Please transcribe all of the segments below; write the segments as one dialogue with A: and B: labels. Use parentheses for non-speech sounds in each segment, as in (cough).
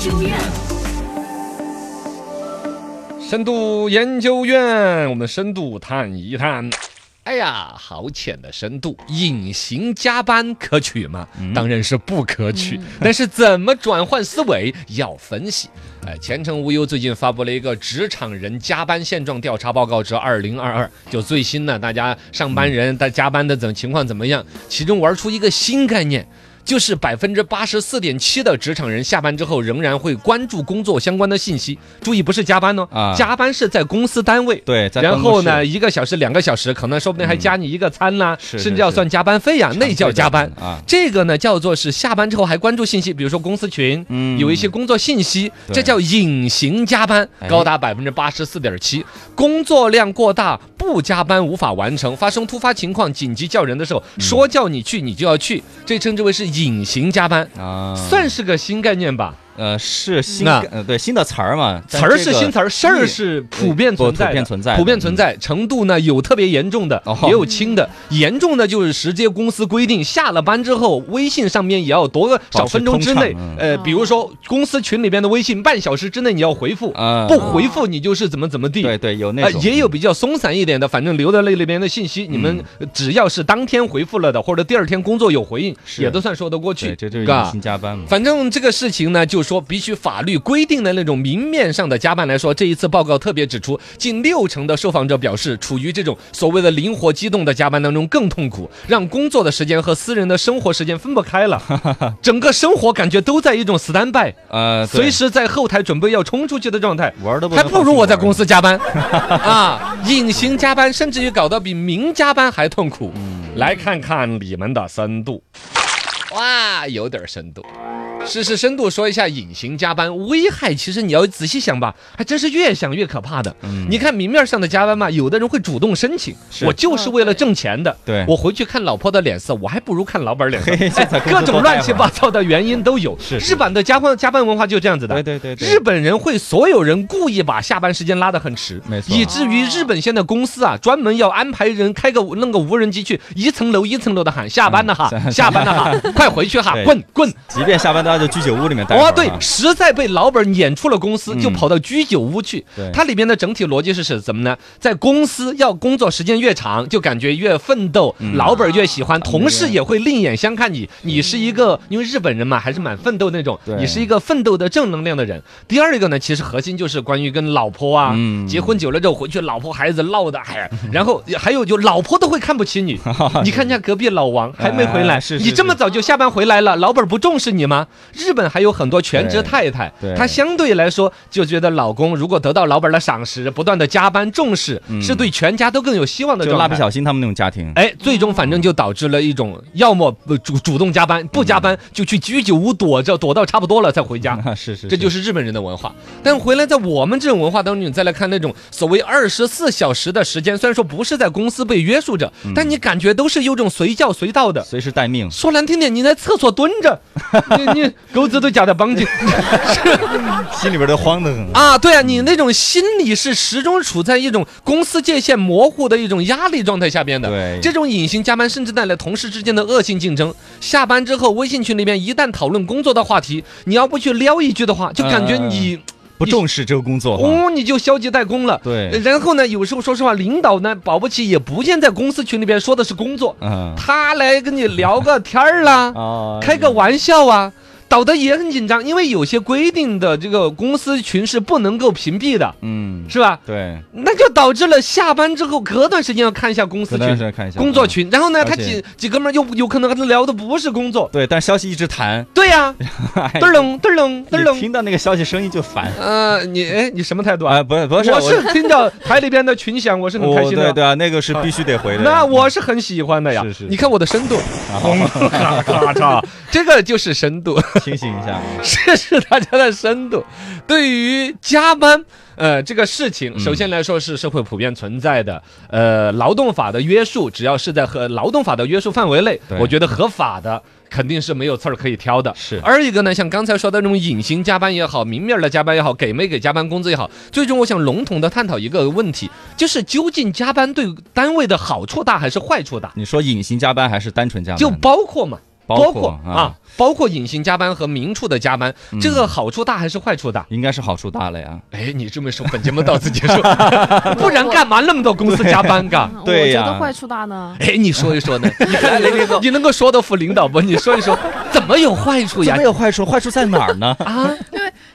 A: 究院。
B: 深度研究院，我们深度探一探。哎呀，好浅的深度！隐形加班可取吗？当然是不可取。但是怎么转换思维要分析。哎，前程无忧最近发布了一个职场人加班现状调查报告至二零二二，就最新呢，大家上班人大加班的怎情况怎么样？其中玩出一个新概念。就是百分之八十四点七的职场人下班之后仍然会关注工作相关的信息，注意不是加班哦，
C: 啊
B: 加班是在公司单位，
C: 对，在
B: 然
C: 办公
B: 后
C: 室嗯
B: 呢，，一个小时、两个小时，可能说不定还加你一个餐呐、
C: 是
B: 甚
C: 是
B: 至要
C: 是
B: 算加班费呀、那叫加班。
C: 啊，
B: 这个呢，叫做是下班之后还关注信息，比如说公司群，
C: 嗯
B: 有一些工作信息，
C: 对
B: 这叫隐形加班，
C: 哎
B: 高达百分之八十四点七。工作量过大，不加班无法完成，发生突发情况紧急叫人的时候，
C: 嗯
B: 说叫你去你就要去，这称之为是隐形加班，
C: 啊，
B: 算是个新概念吧。
C: 呃是新
B: 那
C: 概呃对新的词儿嘛，
B: 词儿是新词
C: 儿，
B: 儿，事儿是普遍存在的，
C: 普遍存在的嗯
B: 普遍存在程度呢，有特别严重的
C: 哦，
B: 也有轻的。严重的就是直接公司规定，下了班之后，微信上面也要多个少分钟之
C: 保持
B: 内
C: 通畅，嗯
B: 呃，比如说公司群里边的微信，半小时之内你要回复，
C: 啊
B: 不回复你就是怎么怎么地。
C: 对对有那
B: 呃
C: 种，
B: 也有比较松散一点的，反正留在那里边的信息，你们
C: 嗯
B: 只要是当天回复了的，或者第二天工作有回应，
C: 是
B: 也都算说得过去
C: 对，。这就是
B: 嘎
C: 新加班嘛，
B: 反正这个事情呢，就说比起法律规定的那种明面上的加班来说，这一次报告特别指出，近六成的受访者表示，处于这种所谓的灵活机动的加班当中更痛苦，让工作的时间和私人的生活时间分不开了，整个生活感觉都在一种 standby，
C: 呃对
B: 随时在后台准备要冲出去的状态。
C: 玩的
B: 还不如我在公司加班啊，隐形加班，甚至于搞得比明加班还痛苦。
C: 嗯
B: 来看看你们的深度，哇，有点深度。试试深度说一下隐形加班危害，其实你要仔细想吧，还真是越想越可怕的。你看明面上的加班嘛，有的人会主动申请，
C: 嗯是
B: 我就是为了挣钱的。
C: 对
B: 我回去看老婆的脸色，我还不如看老板
C: (laughs)
B: 脸色。
C: 嘿 (laughs) 现在工
B: 各
C: 资
B: 种
C: 多
B: 乱
C: 带
B: 七
C: 嘛
B: 八糟的原因都有。
C: 是是
B: 日本的加班加班文化就这样子的。
C: 对对对对
B: 日本人会所有人故意把下班时间拉得很迟，
C: 没错
B: 以至于日本现在公司啊，专门要安排人开个弄个无人机去一层楼一层楼的喊下班了哈，
C: 嗯
B: 下班了哈，快回去哈，
C: 对
B: 滚滚。
C: (laughs) 即便下班大家就居酒屋里面待
B: 哦，
C: 会儿
B: 对
C: 啊，
B: 实在被老板撵出了公司，
C: 嗯
B: 就跑到居酒屋去
C: 对。
B: 它里面的整体逻辑是是怎么呢？在公司要工作时间越长，就感觉越奋斗，
C: 嗯
B: 老板越喜
C: 啊
B: 欢，同事也会另眼相看你。你是一个，因为日本人嘛，还是蛮奋斗那种
C: 嗯对，
B: 你是一个奋斗的正能量的人。第二个呢，其实核心就是关于跟老婆啊，
C: 嗯
B: 结婚久了之后回去，老婆孩子闹的，哎呀，然后还有就老婆都会看不
C: (laughs)
B: 起你。你看人家隔壁老王还没回来
C: 哎，是是
B: 你这么早就下班回来了，老板不重视你吗？日本还有很多全职太太
C: 对，对
B: 她相对来说就觉得老公如果得到老板的赏识，不断的加班重视，是对全家都更有希望的
C: 嗯就
B: 状
C: 蜡笔
B: 态。
C: 小新他们那种家庭，
B: 哎，最终反正就导致了一种，要么呃主主动加班，不加班就去居酒屋躲着，躲到差不多了再回家。
C: 啊嗯 (laughs) 是是，
B: 这就是日本人的文化。但回来在我们这种文化当中，你再来看那种所谓二十四小时的时间，虽然说不是在公司被约束着，
C: 嗯
B: 但你感觉都是有种随叫随到的。
C: 随时待命，
B: 说难听点，你在厕所蹲
C: (laughs)
B: 着，你你狗子都夹在帮紧
C: 心里边都慌得很。
B: 啊！对啊，你那种心理是始终处在一种公司界限模糊的一种压力状态下边的。
C: 对
B: 这种隐形加班甚至带来同事之间的恶性竞争。下班之后，微信群里面一旦讨论工作的话题，你要不去撩一句的话，就感觉
C: 嗯嗯嗯
B: 你。
C: 不重视这个工作哈，
B: 哦，你就消极怠工了。
C: 对
B: 呃然后呢，有时候说实话，领导呢保不齐也不见在公司群里边说的是工作，
C: 嗯
B: 他来跟你聊个天儿啦，
C: 啊
B: 开个玩笑啊。导得也很紧张，因为有些规定的这个公司群是不能够屏蔽的，
C: 嗯
B: 是吧？
C: 对，
B: 那就导致了下班之后隔段时间要看一下公
C: 隔
B: 司
C: 段时
B: 群、
C: 间看一下
B: 工作
C: 嗯
B: 群，然后呢，
C: 而
B: 他
C: 且
B: 几几哥们儿又有可能跟他聊的不是工作，
C: 对，但消息一直弹，
B: 对呀、
C: (laughs) 哎
B: 嘚儿楞嘚儿楞嘚
C: 你
B: 儿楞，
C: 听到那个消息声音就烦。
B: 呃，你哎，你什么态度啊？
C: 啊，不是不是，
B: 我是听到台里边的群响，我是很
C: 我
B: 开心的
C: 对。对啊，那个是必须得回的。
B: 那我是很喜欢的呀，
C: 是是
B: 你看我的深
C: (laughs)
B: 度， (laughs) 咔咔嚓，这个就是深度，
C: 清醒一下，
B: (laughs) 这是大家的深度。对于加班，呃，这个事
C: 嗯
B: 情，首先来说是社会普遍存在的，呃，劳动法的约束，只要是在和劳动法的约束范围内，
C: 对
B: 我觉得合法的。肯定是没有刺儿可以挑的，
C: 是
B: 二一个呢，像刚才说的那种隐形加班也好，明面儿的加班也好，给没给加班工资也好，最终我想笼统的探讨一个问题，就是究竟加班对单位的好处大还是坏处大？
C: 你说隐形加班还是单纯加班？
B: 就包括嘛，包
C: 括
B: 括啊，嗯包括隐形加班和明处的加班，这个好处大还是坏处大？
C: 应该是好处大了呀。
B: 哎，你这么说，本节目到此结 (laughs) 束，不然干嘛那么多公司加班 (laughs) 嘎？
A: 嗯
C: 对
A: 我觉
C: 呀
A: 得坏处大呢。
B: 哎，你说一说 (laughs) 呢？你看你能够你能够说得服领导不？你说一说， (laughs) 怎么有坏处
C: 怎
B: 呀？
C: 么？有坏处？坏处在哪儿呢
B: 啊，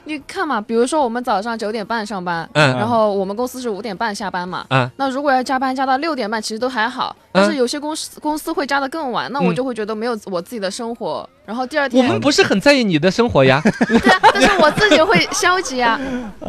A: 你看嘛，比如说我们早上九点半上班，
B: (laughs) 嗯
A: 然后我们公司是五点半下班嘛。
B: 啊，
A: 那如果要加班加到六点半，其实都还好，但是有些公司公司会加的更晚，那我
B: 嗯
A: 就会觉得没有我自己的生活，然后第二
B: 我
A: 天
B: 们不是很在意你的生活 (laughs) 呀，
A: (laughs) 对啊，但是我自己会消极
B: (laughs)
A: 啊，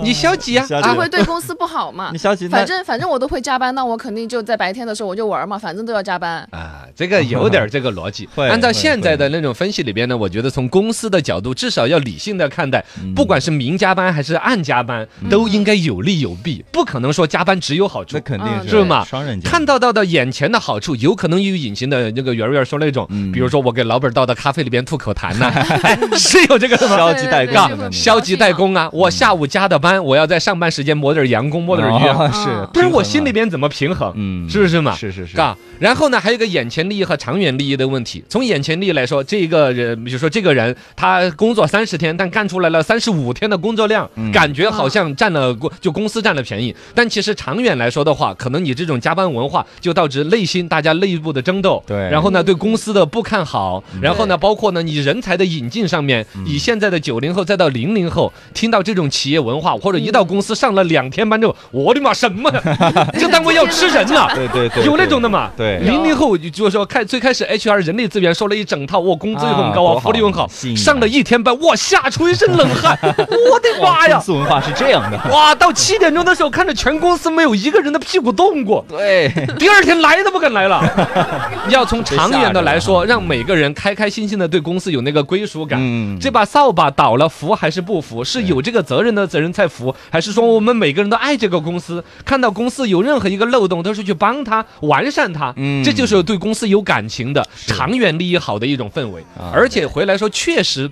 B: 你消极呀
C: 消极
A: 他
B: 啊，
A: 会对公司不好嘛
C: 你。消极，那
A: 反正反正我都会加班，那我肯定就在白天的时候我就玩嘛，反正都要加班。
B: 啊，这个有点儿这个逻 (laughs) 辑。
C: 会
B: 按照
C: 会
B: 现在的那种分析里边呢，我觉得从公司的角度，至少要理性的看待，
C: 嗯
B: 不管是明加班还是暗加班，都应该有利有弊，不可能说加班只有好处
C: 那。肯定
A: 嗯
B: 是吗
C: 双刃剑，
B: 看到到的眼前的好处，有可能有隐形的那个圆圆说那种，
C: 嗯
B: 比如说我给老板倒到咖啡里边吐
C: (laughs)
B: 口痰呐、哎，是有这个的吗？
C: 消极代工
A: 对对对
C: 的那种
B: 消极代工啊！我下午加的班，我要在上班时间抹点阳光，抹点鱼啊，
C: 哦是
A: 嗯，
B: 不然我
C: 平衡
B: 心
C: 了
B: 里，边怎么平衡？
C: (laughs) 嗯
B: 是不是嘛？
C: 是是是，
B: 嘎，然后呢，还有一个眼前利益和长远利益的问题。从眼前利益来说，这个人，比如说这个人，他工作三十天，但干出来了三十五天的工作量，
C: 嗯
B: 感觉好像占了公就公司占了便宜。但其实长远来说的话，可能你这种加班文化就导致内心大家内部的争斗，
C: 对嗯
B: 然后呢对公司的不看好，然后呢包括呢你人才的引进上面，以现在的九零后再到零零后，听到这种企业文化或者一
C: 嗯
B: 到公司上了两天班之后，我的妈什
C: (laughs)
B: 么呀，这单位要吃人呐！
C: 对对对，
B: (laughs) 有那
C: 对
B: 种的嘛？
C: 对
B: 零零后就是说开最开始 HR 人力资源说了一整套，我工资又很
C: 啊
B: 高
C: 多
B: 啊，
C: 好
B: 福利又很好
C: 吸引，人
B: 上了一天班，哇，吓出一身冷
C: (laughs)
B: 汗，我的妈
C: 公
B: 呀！
C: 司文化是这样的，
B: 哇，到七点钟的时候，看着全公司没有一个人的屁股动过，
C: 对，
B: (laughs) 第二天来都不敢
C: (laughs)
B: 来了。要从长远的来说，
C: 被吓着了
B: 让每个人开开心心的对公司有那个归属感。
C: 嗯
B: 这把扫把倒了，服还是不服？是
C: 对
B: 有这个责任的责任才服，还是说我们每个人都爱这个公司，看到公司有任何一个漏洞，都是去帮他完善它？
C: 嗯
B: 这就是对公司有感情的、
C: 是
B: 长远利益好的一种氛围
C: 啊。
B: 而且回来说，确实。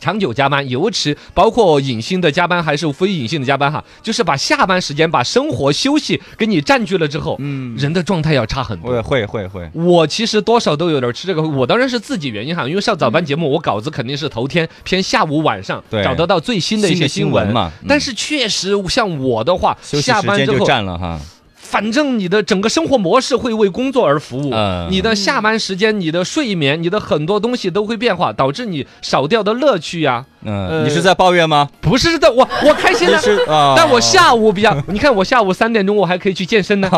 B: 长久加班，尤其包括隐性的加班还是非隐性的加班哈，就是把下班时间、把生活休息给你占据了之后，
C: 嗯，哦
B: 人的状态要差很多。
C: 我会会会，
B: 我其实多少都有点吃这个，我当然是自己原因哈，因为上早班节目，我稿子肯定是头天偏下午晚上
C: 对
B: 找得到最新的一些新
C: 新的新闻嘛嗯
B: 但是确实像我的话，
C: 休息
B: 下
C: 时
B: 班
C: 间
B: 之
C: 就
B: 后，
C: 占了哈，
B: 反正你的整个生活模式会为工作而服务，
C: 嗯
B: 你的下班时间、你的睡眠、你的很多东西都会变化，导致你少掉的乐趣呀、呃
C: 嗯，你是在抱怨吗？
B: 不是的，我我开心
C: 你
B: 的。
C: 是啊，啊
B: 但我下午比较，你看我下午三点钟我还可以去健身呢。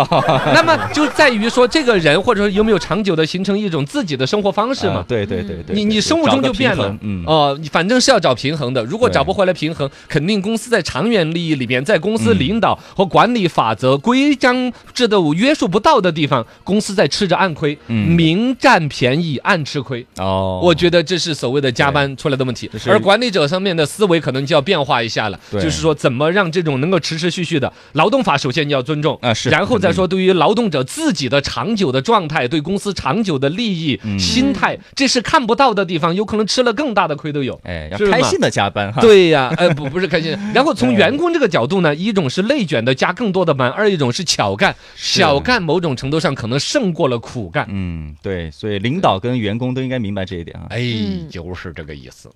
B: 那么就在于说这个人或者说有没有长久的形成一种自己的生活方式
C: 啊
B: 嘛？
C: 对对对对，
B: 嗯
C: 对
B: 你你生物钟就变，
C: 找
B: 了
C: 个，平衡嗯，
B: 哦，你反正是要找平衡的。如果
C: 对
B: 找不回来平衡，肯定公司在长远利益里边，在公司
C: 嗯
B: 领导和管理法则、规章制度约束不到的地方，公司在吃着暗亏，
C: 嗯
B: 明占便宜暗吃亏。
C: 哦，
B: 我觉得这是所谓的加班出来的问题
C: 这，是
B: 而管理者上面的思维可能就要变化一下了，
C: 对
B: 就是说怎么让这种能够持持续续的劳动法，首先你要尊重
C: 啊是
B: 然后再说对于劳动者自己的长久的状态、对公司长久的利益、
C: 嗯
B: 心态，这是看不到的地方，有可能吃了更大的亏都有。
C: 哎，要
B: 是
C: 开
B: 吗
C: 心的加班 (laughs) 哈，嗯
B: 对呀，呃，不不是
C: (laughs)
B: 开心。然后从员工这个角度呢，一种是内卷的加更多的班，二一种是巧干，
C: 是嗯
B: 巧干某种程度上可能胜过了苦干。
C: 嗯，对，所以领导跟员工都应该明白这一点啊。
B: 哎，
A: 嗯
B: 就是这个意思。